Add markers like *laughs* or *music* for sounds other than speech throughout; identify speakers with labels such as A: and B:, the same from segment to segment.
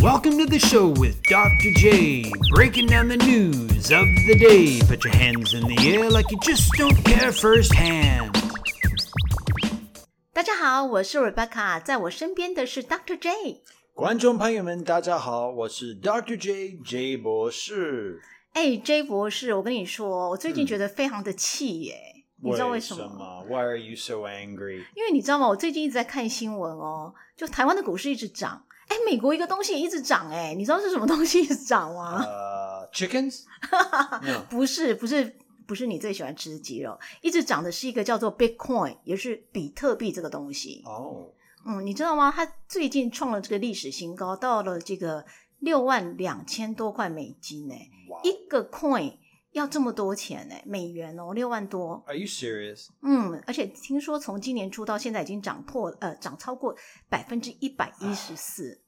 A: Welcome to the show with Dr. J, breaking down the news of the day. Put your hands in the air like you just don't care firsthand.
B: 大家好，我是 Rebecca，在我身边的是 Dr. J。
A: 观众朋友们，大家好，我是 Dr. J J 博士。
B: 哎，J 博士，我跟你说，我最近觉得非常的气耶，你知道嗯为什么？
A: ？Why are you so angry？
B: 因为你知道吗？我最近一直在看新闻哦，就台湾的股市一直涨，哎，美国一个东西也一直涨，哎，你知道是什么东西一直涨吗？ *laughs*
A: 呃、c h i c k e n s
B: 不是，不是，不是你最喜欢吃的鸡肉，一直涨的是一个叫做 Bitcoin，也是比特币这个东西。
A: 哦，
B: 嗯，你知道吗？它最近创了这个历史新高，到了这个六万两千多块美金呢、
A: 哇
B: 一个 coin 要这么多钱呢、美元哦，六万多。
A: ，Are you serious？
B: 嗯，而且听说从今年初到现在已经涨破呃，涨超过百分之一百一十四。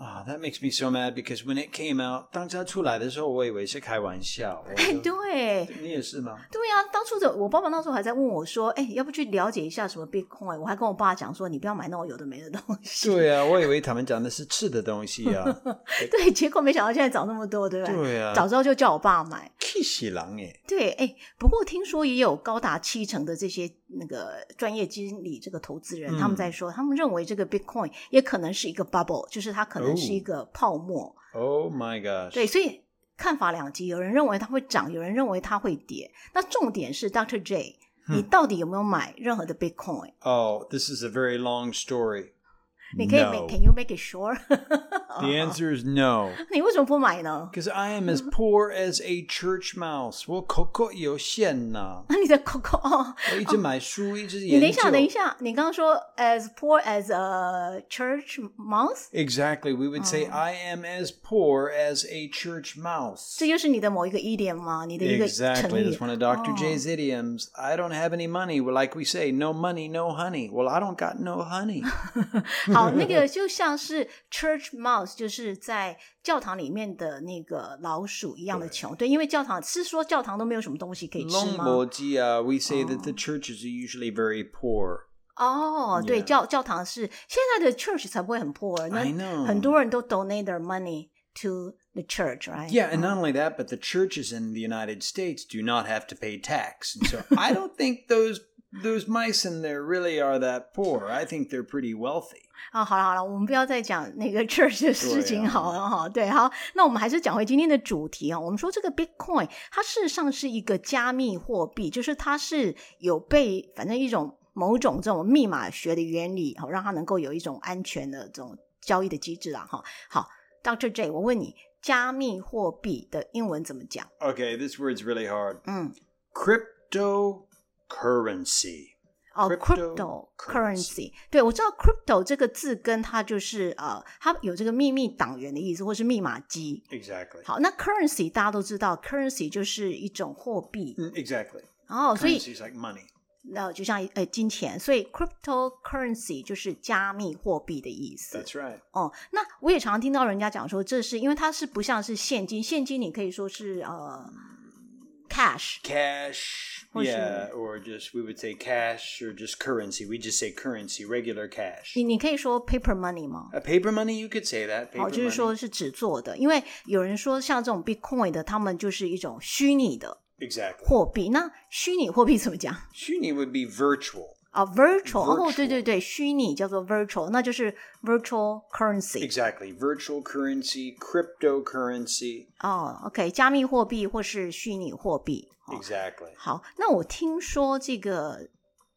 A: Ah, that makes me so mad because when it came out，当它出来的时候，我以为是开玩笑。我
B: 哎，
A: 就，
B: *laughs* 对，
A: 你也是吗？
B: 对呀、当初的我爸爸那时候还在问我说：“哎，要不去了解一下什么 Bitcoin？” 我还跟我爸讲说：“你不要买那种有的没的东西。
A: *laughs* 对啊，我以为他们讲的是吃的东西啊。
B: *laughs* 对”结果没想到现在涨那么多， *laughs* 对不对？
A: 对啊，
B: 早知道就叫我爸买。
A: 气死狼哎！
B: 对，哎，不过听说也有高达七成的这些那个专业经理这个投资人，
A: 嗯
B: 他们在说，他们认为这个 Bitcoin 也可能是一个 bubble，就是它可能是
A: 哦
B: 一个泡沫。
A: Oh my gosh！
B: 对，所以看法两极，有人认为它会涨，有人认为它会跌。那重点是 Dr. J，你到底有没有买任何的 Bitcoin？、
A: Oh, this is a very long story.
B: 你可以 make
A: no.
B: Can you make it sure？ *laughs*
A: The answer is no.
B: 你为什么不买呢？ *laughs*
A: Because I am as poor as a church mouse. 我口口有限呐、啊。我一直买书，一直研究。
B: 那你的 Coco 哦，你等一下，等一下，你刚刚说 as poor as a church mouse。
A: Exactly. We would
B: Oh。
A: say, I am as poor as a church mouse.
B: 这就是你的某一个 idiom 吗？你的一个成
A: Exactly.
B: 语 Oh。
A: That's one of Dr.
B: 哦
A: J's idioms. I don't have any money. Well, like we say, no money, no honey. Well, I don't got no honey.
B: 好，
A: *laughs*
B: 那个就像是 church mouse，就是在教堂里面的那个老鼠一样的穷。对，因为教堂是说教堂都没有什么东西可以吃吗？
A: Longbojia, uh, we say that the churches are usually very poor.
B: 哦，对，
A: Yeah
B: 教教堂是现在的 church 才不会很 poor，那
A: I know.
B: 很多人都 donate their money to the church，right？
A: Yeah, and not only that, but the churches in the United States do not have to pay tax. And *laughs* so I don't think those those mice in there really are that poor. I think they're pretty wealthy.
B: 啊，好了好了，我们不要再讲那个 *laughs* church 的事
A: 对
B: 情
A: 啊
B: 好了哈、对，好，那我们还是讲回今天的主题啊、我们说这个 Bitcoin 它事实上是一个加密货币，就是它是有被反正一种某种这种密码学的原理，好、让它能够有一种安全的这种交易的机制啊。哈、好，Dr. J，我问你，加密货币的英文怎么讲？
A: Okay, this word's really hard.
B: 嗯，
A: Cryptocurrency.
B: 哦
A: Cryptocurrency
B: ，cryptocurrency，对我知道 crypto 这个字根它就是呃，它有这个秘密党员的意思，或是密码机。
A: Exactly.
B: 好，那 currency 大家都知道，currency 就是一种货币，
A: Mm, Exactly.
B: 然后所以
A: Currency's like money.
B: 那就像呃金钱，所以 cryptocurrency 就是加密货币的意思。
A: That's right.
B: 哦，那我也常听到人家讲说，这是因为它是不像是现金，现金你可以说是呃 cash，
A: Cash.
B: Or
A: yeah, or just we would say cash or just currency. We just say currency, regular cash.
B: 你你可以说 paper money 吗？
A: A paper money, you could say that. Paper
B: 好，就是
A: money.
B: 说是纸做的，因为有人说像这种 Bitcoin 的，他们就是一种虚拟的
A: Exactly.
B: 货币。那虚拟货币怎么讲？
A: Shuni would be virtual.
B: 啊，virtual 哦，对
A: Virtual
B: 对对，虚拟叫做 virtual，那就是 virtual currency
A: Exactly. Virtual currency, cryptocurrency.
B: 哦，OK，加密货币或是虚拟货币。哦
A: Exactly.
B: 好，那我听说这个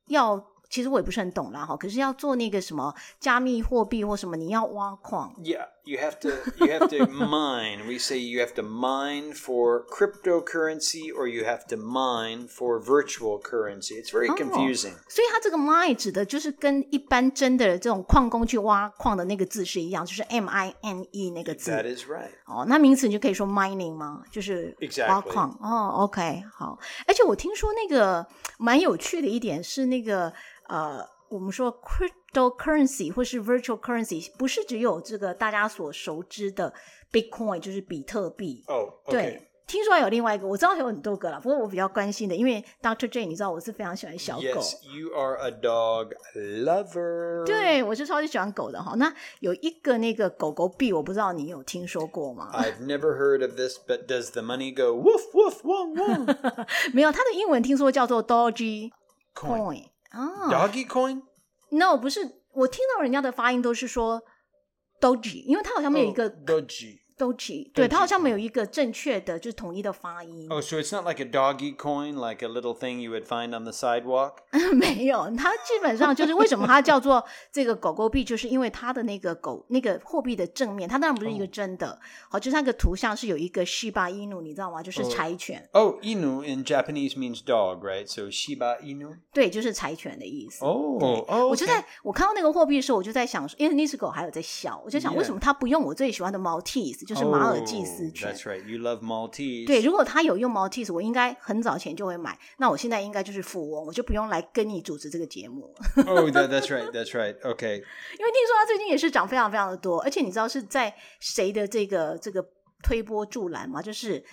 B: 要，其实我也不是很懂啦哈，可是要做那个什么加密货币或什么，你要挖矿
A: Yeah, you have to you have *laughs* to mine. We say you have to mine for cryptocurrency or you have to mine for virtual currency. It's very confusing.
B: 所以它这个 mine 指的就是跟一般真的这种矿工去挖矿的那个字是一样，就是 M I N E 那个字。
A: That is right.
B: 哦，那名词你就可以说 mining 吗？就是挖
A: Exactly.
B: 矿。哦，OK，好。而且我听说那个蛮有趣的一点是，那个呃，我们说 cryptocurrency 或是 virtual currency，不是只有这个大家所熟知的 Bitcoin，就是比特币。
A: Oh, okay.
B: 对，听说还有另外一个，我知道还有很多个啦，不过我比较关心的，因为 Doctor J，你知道我是非常喜欢小狗。
A: Yes, you are a dog lover.
B: 对，我是超级喜欢狗的哈。那有一个那个狗狗币，我不知道你有听说过吗？
A: I've never heard of this, but does the money go woof woof wong wong?
B: *laughs* 没有，它的英文听说叫做 Doggy
A: Coin,
B: Coin 啊。
A: doggy coin.
B: No，不是，我听到人家的发音都是说 Doggy，因为它好像没有一
A: Oh,
B: 个
A: dodgy.
B: Doggy，对，哦
A: Dodgy
B: 它好像没有一个正确的就是统一的发音。
A: Oh, so it's not like a doggy coin, like a little thing you would find on the sidewalk.
B: *laughs* 没有，它基本上就是为什么它叫做这个狗狗币，就是因为它的那个狗那个货币的正面，它当然不是一个真的，好、就是那个图像是有一个 Shiba Inu，你知道吗？就是柴犬，
A: Oh, inu in Japanese means dog, right? So Shiba Inu.
B: 对，就是柴犬的意思。
A: Oh, oh.
B: 我就
A: okay.
B: 在我看到那个货币的时候，我就在想说，因为那只狗还有在笑，我就想
A: Yeah
B: 为什么它不用我最喜欢的 Maltese，就是马尔济斯
A: Oh,
B: 犬。
A: That's right. You love
B: *laughs*
A: Maltese.
B: 对，如果它有用 Maltese，我应该很早前就会买。那我现在应该就是富翁，我就不用来跟你主持这个节目了。 *laughs*
A: oh, that, that's right. That's right. Okay.
B: 因为听说它最近也是涨非常非常的多，而且你知道是在谁的这个这个推波助澜吗？就是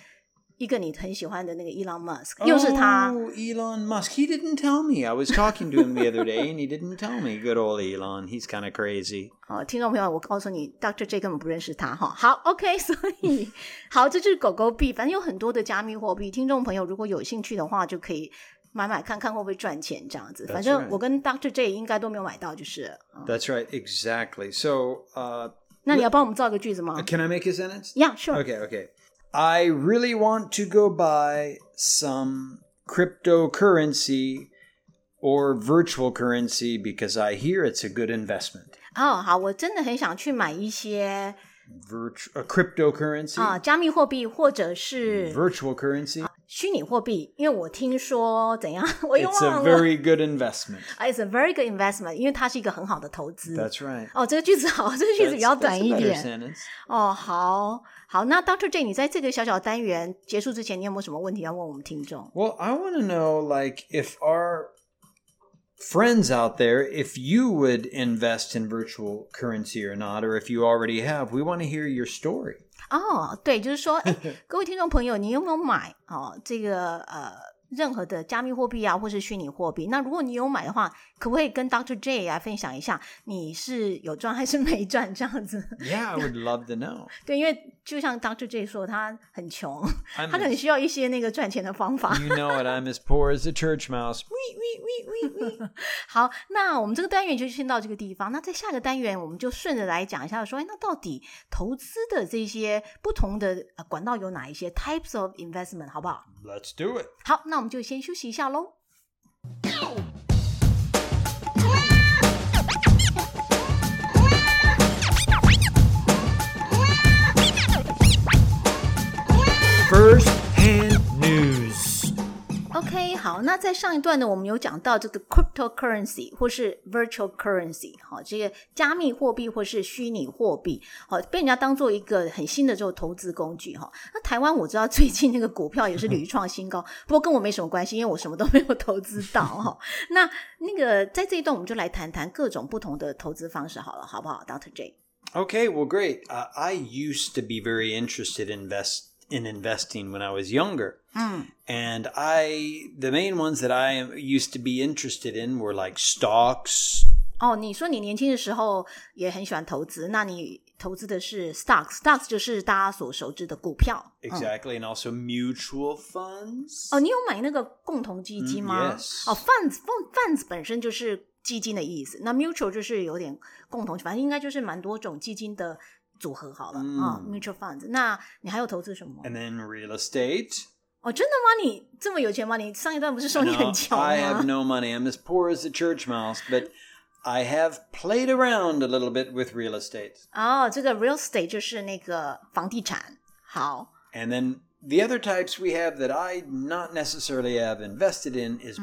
B: 一个你很喜欢的那个 Elon Musk，又是他。
A: Oh, Elon Musk. He didn't tell me. I was talking to him the other day, and he didn't tell me. Good old Elon. He's kind of crazy.
B: 好，哦听众朋友，我告诉你，Dr. J 根本不认识他哈。好，OK，所 *laughs* 以好，这就是狗狗币，反正有很多的加密货币。听众朋友如果有兴趣的话，就可以买买看看会不会赚钱这样子。反
A: right
B: 正我跟 Dr. J 应该都没有买到，就是了。
A: That's right. Exactly. So, uh,
B: 那你要帮我们造一个句子吗
A: can I make a sentence?
B: ？Yeah, sure.
A: Okay, okay. I really want to go buy some cryptocurrency or virtual currency because I hear it's a good investment.
B: 哦，好，我真的很想去买一些
A: Virt- a cryptocurrency,
B: 啊，加密货币或者是
A: virtual currency.
B: 虚拟货币，因为我听说怎样， *laughs* 我又
A: It's a
B: 忘了。
A: very good investment.
B: 啊 It's a very good investment，因为它是一个很好的投资。
A: That's right.
B: 哦，这个句子好，这个句子
A: That's,
B: 比较
A: that's
B: 短
A: a
B: 一
A: better
B: 点。
A: sentence.
B: 哦，好好，那 Doctor J，你在这个小小单元结束之前，你有没有什么问题要问我们听众？
A: Well, I want to know, like, if our friends out there, if you would invest in virtual currency or not, or if you already have, we want to hear your story.
B: 哦，对，就是说，哎，各位听众朋友，你有没有买哦这个呃任何的加密货币啊，或是虚拟货币？那如果你有买的话，可不可以跟 Doctor J 来分享一下，你是有赚还是没赚这样子？ *laughs*
A: Yeah, I would love to know.
B: 对，因为就像 Dr. J 说，他很穷，
A: I'm
B: 他可能
A: as,
B: 需要一些那个赚钱的方法。
A: you know it. I'm as poor as a church mouse.
B: *laughs* 好，那我们这个单元就先到这个地方。那在下个单元，我们就顺着来讲一下，说，哎，那到底投资的这些不同的呃管道有哪一些 types of investment，好不好？
A: Let's do it.
B: 好，那我们就先休息一下喽。
A: First hand news.
B: OK，好，那在上一段呢，我们有讲到这个 cryptocurrency 或是 virtual currency，好，这个加密货币或是虚拟货币，好，被人家当做一个很新的这种投资工具哈。那台湾我知道最近那个股票也是屡创新高，不过跟我没什么关系，因为我什么都没有投资到哈。那那个在这一段我们就来谈谈各种不同的投资方式好了，好不好，Doctor J？
A: Okay, well, great. Uh, I used to be very interested in invest in investing when I was younger.
B: 嗯，
A: And I, the main ones that I used to be interested in were like stocks.
B: 哦，你说你年轻的时候也很喜欢投资，那你投资的是 stocks，stocks 就是大家所熟知的股票。
A: Exactly, and also mutual funds.
B: 哦，你有买那个共同基金吗？
A: 嗯，yes
B: 哦，funds fund- funds 本身就是基金的意思，那 mutual 就是有点共同，反正应该就是蛮多种基金的组合好了啊、
A: 嗯
B: m u t u a l funds。那你还有投资什么？
A: And then real estate.
B: 哦，真的吗？你这么有钱吗？你上一段不是说你
A: No,
B: 很穷
A: I have
B: 吗？
A: no money. I'm as poor as a church mouse, but I have played around a little bit with real estate.
B: *laughs* 哦，这个 real estate 就是那个房地产。好，
A: And then the other types we have that I not necessarily have invested in is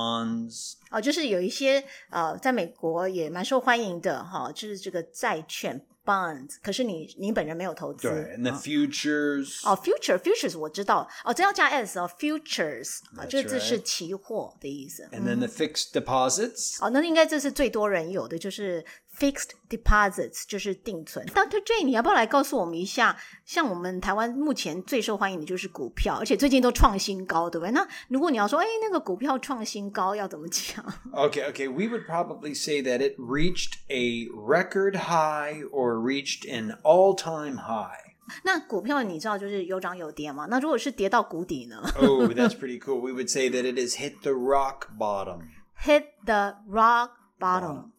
A: bonds.
B: 哦，就是有一些呃，在美国也蛮受欢迎的哈、就是这个债券 bonds，可是你你本人没有投资。
A: And the futures.
B: 哦，future futures 我知道，哦，这要加 s 哦，futures 啊，这个
A: That's
B: 字是
A: right.
B: 期货的意思。
A: And then the fixed deposits.
B: 哦，那应该这是最多人有的，就是 fixed deposits 就是定存。Dr. J，你要不要来告诉我们一下？像我们台湾目前最受欢迎的就是股票，而且最近都创新高，对不对？那如果你要说，哎，那个股票创新高要怎么讲？
A: Okay, okay. We would probably say that it reached a record high or reached an all time high.
B: 那股票你知道就是有涨有跌嘛？那如果是跌到谷底呢
A: Oh, that's pretty cool. We would say that it has hit the rock bottom,
B: ？Hit the rock bottom，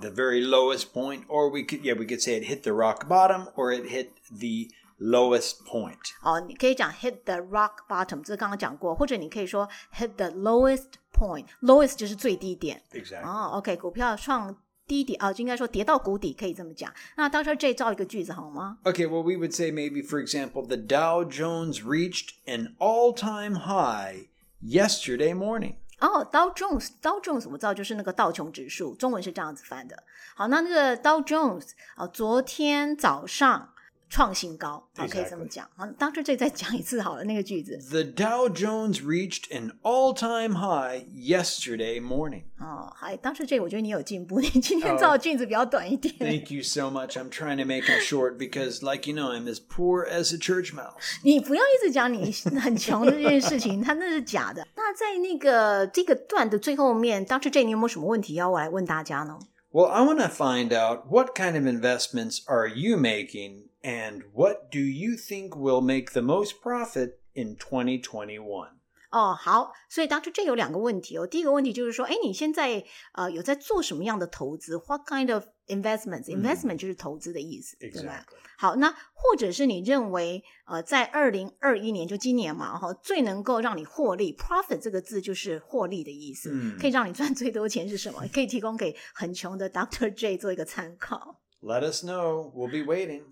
A: the very lowest point, or we could, yeah, we could say it hit the rock bottom or it hit the lowest point.
B: 哦，你可以讲 hit the rock bottom，这刚刚讲过，或者你可以说 hit the lowest point，lowest 就是最低点。
A: Exactly.
B: 哦，OK，股票创低点啊，就应该说跌到谷底，可以这么讲。那当时 J 造一个句子好吗？
A: Okay, well, we would say maybe, for example, the Dow Jones reached an all time high yesterday morning.
B: 哦、d o w Jones，Dow Jones 我知道就是那个道琼指数，中文是这样子翻的。好，那那个 Dow Jones 啊、昨天早上创新高，啊，可以这么
A: Exactly.
B: 讲。好，当时 J 再讲一次好了，那个句子。
A: The Dow Jones reached an all time high yesterday morning.
B: 哦，还当时 J 我觉得你有进步，你今天造的句子比较短一点。
A: Thank you so much. I'm trying to make them short because, like you know, I'm as poor as a church mouse.
B: 你不要一直讲你很穷的这件事情，它那是假的。那在那个这个段的最后面，当时 J 你有没有什么问题要我来问大家呢？
A: Well, I want to find out what kind of investments are you making and what do you think will make the most profit in 2021?
B: 哦，好，所以当初这有两个问题哦。第一个问题就是说，哎，你现在呃有在做什么样的投资？What kind of investments？Investment、就是投资的意思，对
A: 嗯
B: 吧？
A: Exactly.
B: 好，那或者是你认为呃，在二零二一年就今年嘛，哈、最能够让你获利，profit 这个字就是获利的意思，
A: 嗯
B: 可以让你赚最多钱是什么？可以提供给很穷的 Dr. J 做一个参考。
A: Let us know. We'll be waiting.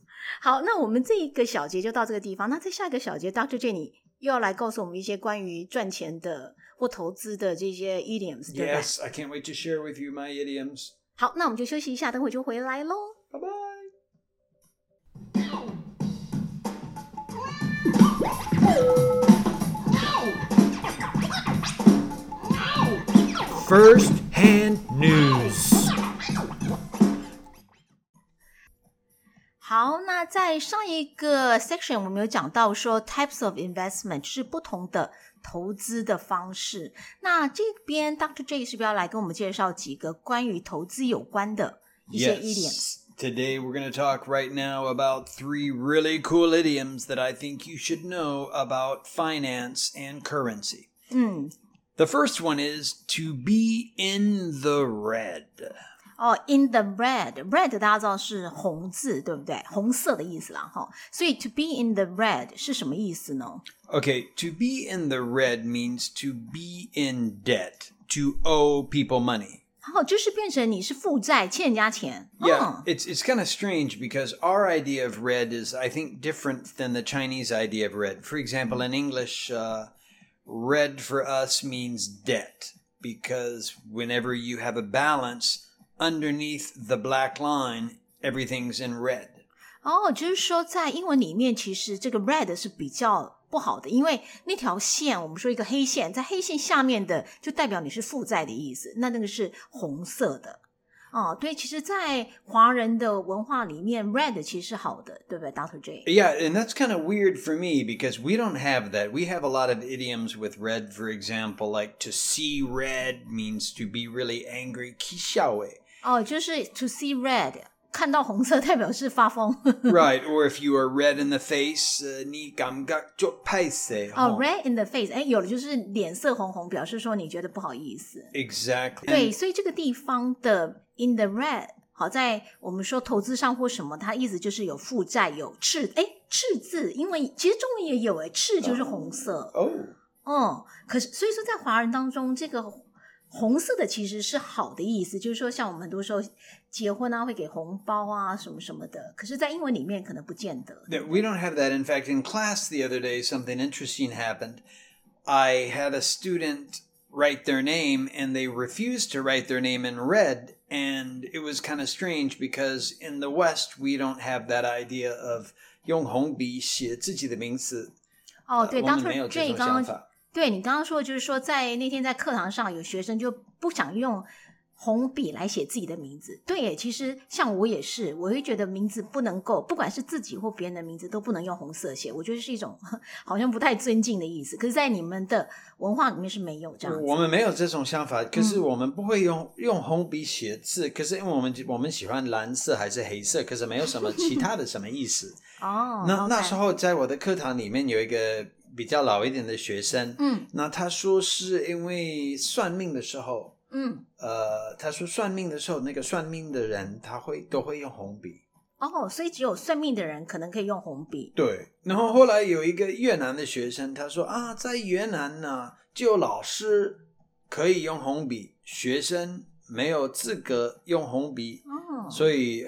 B: 好，那我们这一个小节就到这个地方。那在下一个小节，Dr. J 你又要来告诉我们一些关于赚钱的或投资的这些 idioms，对吧
A: Yes, I can't wait to share with you my idioms.
B: 好，那我们就休息一下，等会就回来喽。
A: Bye bye. First hand news.
B: 好，那在上一个 section 我们有讲到说 types of investment 是不同的投资的方式。那这边 Dr. J 是不是要来跟我们介绍几个关于投资有关的一些 idioms？
A: Today we're going to talk right now about three really cool idioms that I think you should know about finance and currency.
B: 嗯，
A: The first one is to be in the red.
B: 哦、i n the red，red 大家知道是红字，对不对？红色的意思啦，哈。所以 to be in the red 是什么意思呢？
A: Okay, to be in the red means to be in debt, to owe people money.
B: 哦，就是变成你是负债，欠人家钱。
A: Yeah,
B: 嗯
A: it's it's kind of strange because our idea of red is, I think, different than the Chinese idea of red. For example, in English, uh, red for us means debt because whenever you have a balance underneath the black line, everything's in red.
B: 哦，就是说在英文里面，其实这个 red 是比较不好的，因为那条线，我们说一个黑线，在黑线下面的就代表你是负债的意思，那那个是红色的。哦，对，其实，在华人的文化里面，red 其实是好的，对不对，Doctor J？
A: Yeah, and that's kind of weird for me because we don't have that. We have a lot of idioms with red, for example, like to see red means to be really angry. Kishawe.
B: 哦，就是 to see red，看到红色代表是发疯。
A: right, or if you are red in the face, uh, ni gamgak jok paise.
B: 哦
A: huh?
B: ，red in the face，哎，有的就是脸色红红，表示说你觉得不好意思。
A: Exactly.
B: 对，所以这个地方的 in the red，好在我们说投资上或什么，它意思就是有负债、有赤，哎，赤字，因为其实中文也有，哎，赤就是红色。
A: Oh,
B: 嗯，可是所以说在华人当中，这个红色的其实是好的意思，就是说像我们很多时候结婚啊会给红包啊什么什么的，可是，在英文里面可能不见得。
A: That- we don't have that. In fact, in class the other day, something interesting happened. I had a student write their name, and they refused to write their name in red. And it was kind of strange because in the West, we don't have that idea of 用红笔写自己的名字。呃
B: 哦，
A: Uh,
B: 对，当初
A: 我们
B: J 刚刚
A: 没有这种想法。
B: 对你刚刚说，就是说在那天在课堂上有学生就不想用
C: 红笔来写自己的名字。
B: 对耶，其实像我也是，我会觉得名字不能够，不管是自己或别人的名字都不能用红色写，我觉得是一种 *laughs* 好像不太尊敬的意思。可是，在你们的文化里面是没有这样子。嗯
A: 我们没有这种想法，可是我们不会用、用红笔写字，可是因为我们我们喜欢蓝色还是黑色，可是没有什么其他的什么意思。
B: *laughs* 哦，
A: 那那
B: OK
A: 时，候在我的课堂里面有一个比较老一点的学生，
B: 嗯
A: 那他说是因为算命的时候，
B: 嗯，
A: 呃，他说算命的时候那个算命的人他会都会用红笔。
B: 哦，所以只有算命的人可能可以用红笔。
A: 对，然后后来有一个越南的学生，他说啊，在越南呢，只有老师可以用红笔，学生没有资格用红笔，
B: 哦，
A: 所以。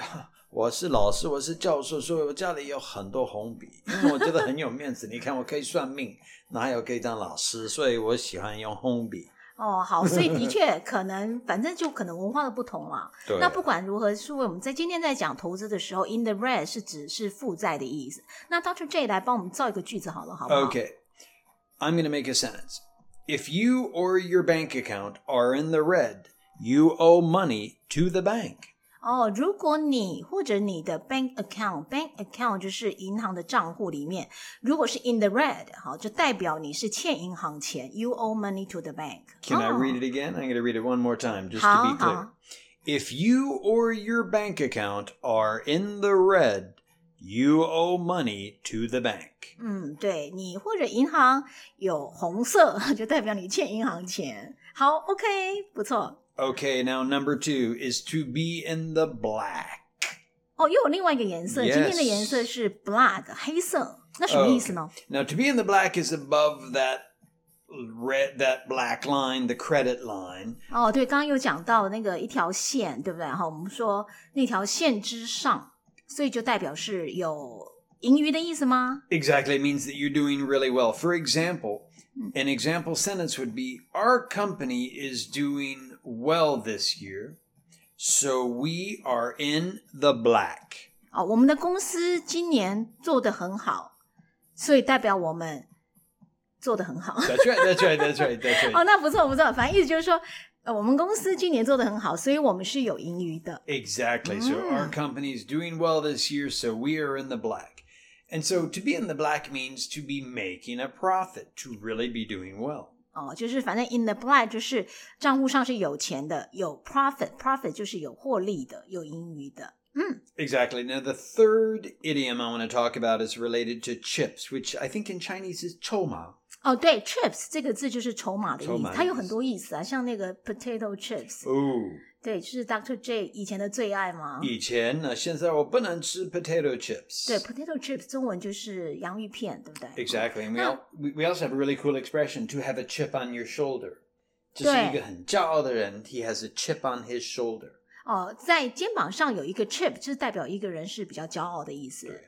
A: 我是老师，我是教授，所以我家里有很多红笔，因为我觉得很有面子。 *laughs* 你看，我可以算命，然后还有可以当老师，所以我喜欢用红笔。
B: 哦，好，所以的确可能，反正就可能文化的不同啦。
A: 对，
B: 那不管如何，是为我们在今天在讲投资的时候，in the red 是指是负债的意思。那 Doctor J 来帮我们造一个句子好了，好不好
A: Okay. I'm going to make a sentence. If you or your bank account are in the red, you owe money to the bank.
B: 哦，如果你或者你的 bank account，bank account 就是银行的账户里面，如果是 in the red，好，就代表你是欠银行钱，you owe money to the bank。
A: Can I
B: 哦
A: read it again? I'm going to read it one more time just to
B: 好
A: be clear.
B: 好
A: If you or your bank account are in the red, you owe money to the bank.
B: 嗯，对你或者银行有红色， *laughs* 就代表你欠银行钱。好，OK，不错。
A: Okay, now number two is to be in the black.
B: 哦，又有另外一个颜色
A: Yes
B: 今天的颜色是 blood 黑色，那什么意思呢
A: Now, to be in the black is above that red, that black line, the credit line.
B: 哦，对，刚刚有讲到那个一条线，对不对？哈，我们说那条线之上，所以就代表是有盈余的意思吗？
A: Exactly. It means that you're doing really well. For example, an example sentence would be Our company is doing well this year, so we are in the black.
B: 哦，我们的公司今年做得很好，所以代表我们做得很好。
A: That's right. That's right. That's right. That's
B: *laughs* 哦， *laughs*
A: right.
B: 那不错不错，反正意思就是说，呃，我们公司今年做得很好，所以我们是有盈余的。
A: Exactly. So our company is doing well this year, so we are in the black. And so to be in the black means to be making a profit, to really be doing well.
B: 哦，就是反正 in the black 就是账户上是有钱的，有 profit，profit 就是有获利的，有盈余的。
A: Exactly. Now, the third idiom I want to talk about is related to chips, which I think in Chinese is choma.
B: 哦，对，chips 这个字就是筹码的
A: 筹
B: 意思
A: 码，的
B: 它有
A: 意
B: 很
A: 思
B: 多意思啊，像那个 potato chips，
A: Ooh.
B: 对，就是 Dr. J 以前的最爱嘛。
A: 嗯以前呢，现在我不能吃 potato chips.
B: 对，potato chips 中文就是洋芋片，对不对？
A: Exactly. And we,
B: 那-
A: all, we we also have a really cool expression to have a chip on your shoulder.
B: 对。
A: 就是一个很骄傲的人, he has a chip on his shoulder.
B: 哦，在肩膀上有一个 chip，就是代表一个人是比较骄傲的意思。
A: 对啊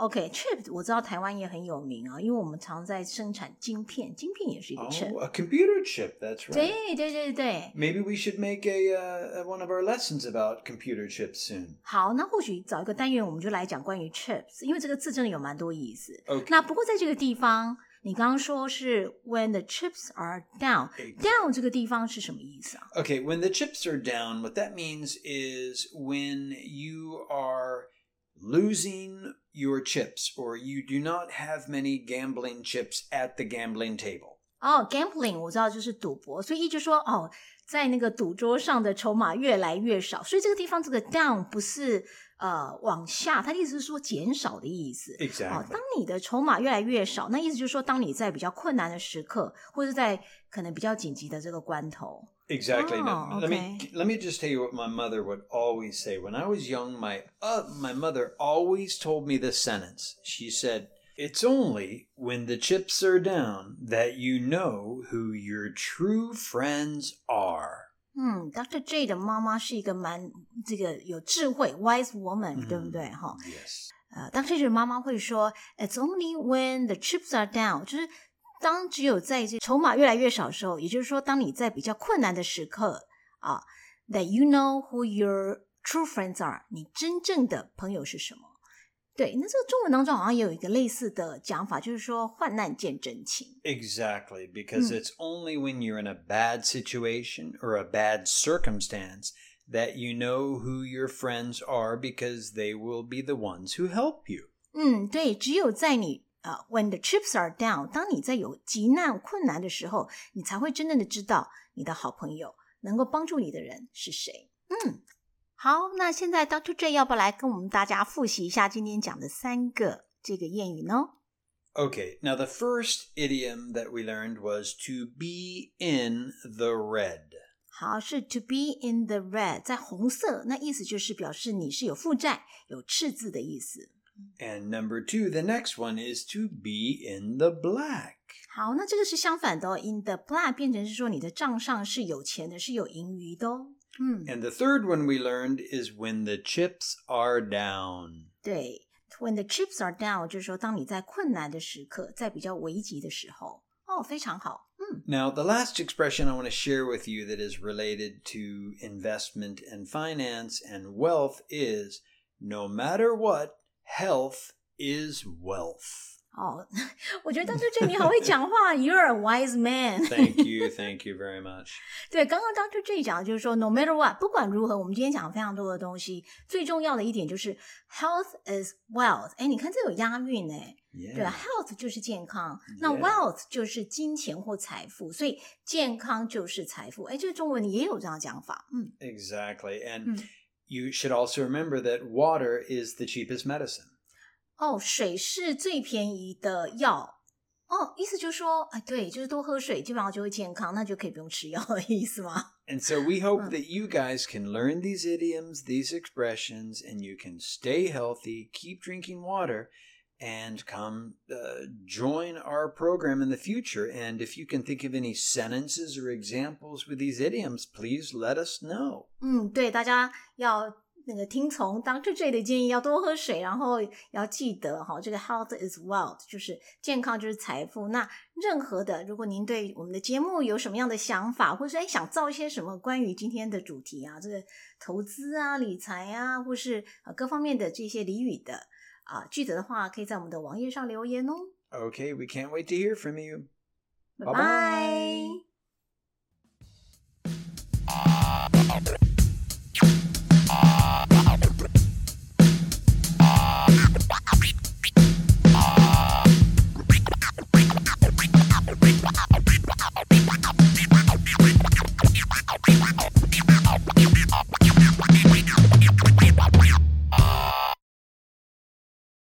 B: OK，chip、我知道台湾也很有名啊，因为我们常在生产晶片，晶片也是一个 chip。
A: Oh, a computer chip. That's right.
B: 对对对对，
A: Maybe we should make a uh, one of our lessons about computer chips soon.
B: 好，那或许找一个单元，我们就来讲关于 chips，因为这个字真的有蛮多意思。
A: OK
B: 那不过在这个地方，你刚刚说是 when the chips are down，down 这个地方是什么意思啊？
A: Okay, when the chips are down, what that means is when you are losing your chips or you do not have many gambling chips at the gambling table.
B: 哦、g a m b l i n g 我知道就是赌博，所以意思说哦，在那个赌桌上的筹码越来越少，所以这个地方这个 down 不是呃往下，它的意思是说减少的意思。哦，
A: Exactly.
B: 当你的筹码越来越少，那意思就是说，当你在比较困难的时刻，或者在可能比较紧急的这个关头，
A: Exactly. Now,
B: Oh,
A: let me let me just tell you what my mother would always say. When I was young, my uh, my mother always told me this sentence. She said, "It's only when the chips are down that you know who your true friends are."
B: 嗯，Dr. J 的妈妈是一个蛮这个有智慧 wise woman，、
A: 嗯
B: 对不对？哈，
A: Yes.
B: 呃，Dr. J 的妈妈会说，It's only when the chips are down，就是当只有在这筹码越来越少的时候，也就是说，当你在比较困难的时刻啊，that you know who your true friends are，你真正的朋友是什么。对，那这个中文当中好像也有一个类似的讲法，就是说患难见真情。
A: Exactly, because
B: Mm.
A: it's only when you're in a bad situation or a bad circumstance that you know who your friends are because they will be the ones who help you.
B: 嗯，对，只有在你啊、w h e n the chips are down，当你在有急难困难的时候，你才会真正的知道你的好朋友能够帮助你的人是谁。嗯
D: 好，那现在 Dr. J 要不要来跟我们大家复习一下今天讲的三个这个谚语呢？
A: Okay, now the first idiom that we learned was to be in the red.
B: 好，是 to be in the red，在红色，那意思就是表示你是有负债、有赤字的意思。
A: And number two, the next one is to be in the black.
B: 好，那这个是相反的哦，in the black 变成是说你的账上是有钱的，是有盈余的哦。嗯，
A: And the third one we learned is when the chips are down.
B: 对，when the chips are down，就是说当你在困难的时刻，在比较危急的时候，哦，非常好。嗯，
A: Now, the last expression I want to share with you that is related to investment and finance and wealth is no matter what, health is wealth.
B: 哦， *laughs* 我觉得当 r 这你好会讲话，You're a wise man。
A: Thank you. thank you very much.
B: 对，刚刚当初这一讲的就是说，no matter what，不管如何，我们今天讲了非常多的东西，最重要的一点就是 health is wealth。哎，你看这有押韵哎，对
A: Yeah.
B: 吧？health 就是健康，那
A: Yeah
B: wealth 就是金钱或财富，所以健康就是财富。哎，这个中文也有这样讲法，嗯
A: Exactly. And
B: Mm.
A: you should also remember that water is the cheapest medicine.
B: 哦，水是最便宜的药。哦，意思就是说，哎，对，就是多喝水，基本上就会健康，那就可以不用吃药的意思吗？
A: And so we hope
B: Mm.
A: that you guys can learn these idioms, these expressions, and you can stay healthy, keep drinking water, and come uh, join our program in the future. And if you can think of any sentences or examples with these idioms, please let us know.
B: 嗯，对，大家要那个听从当 r J 的建议，要多喝水，然后要记得哈，这个 health is wealth，就是健康就是财富。那任何的，如果您对我们的节目有什么样的想法，或是哎想造一些什么关于今天的主题啊，这个投资啊、理财啊，或是呃各方面的这些俚语的啊句子的话，可以在我们的网页上留言哦。
A: Okay, we can't wait to hear from you.
B: 拜
A: Bye-bye
B: 拜。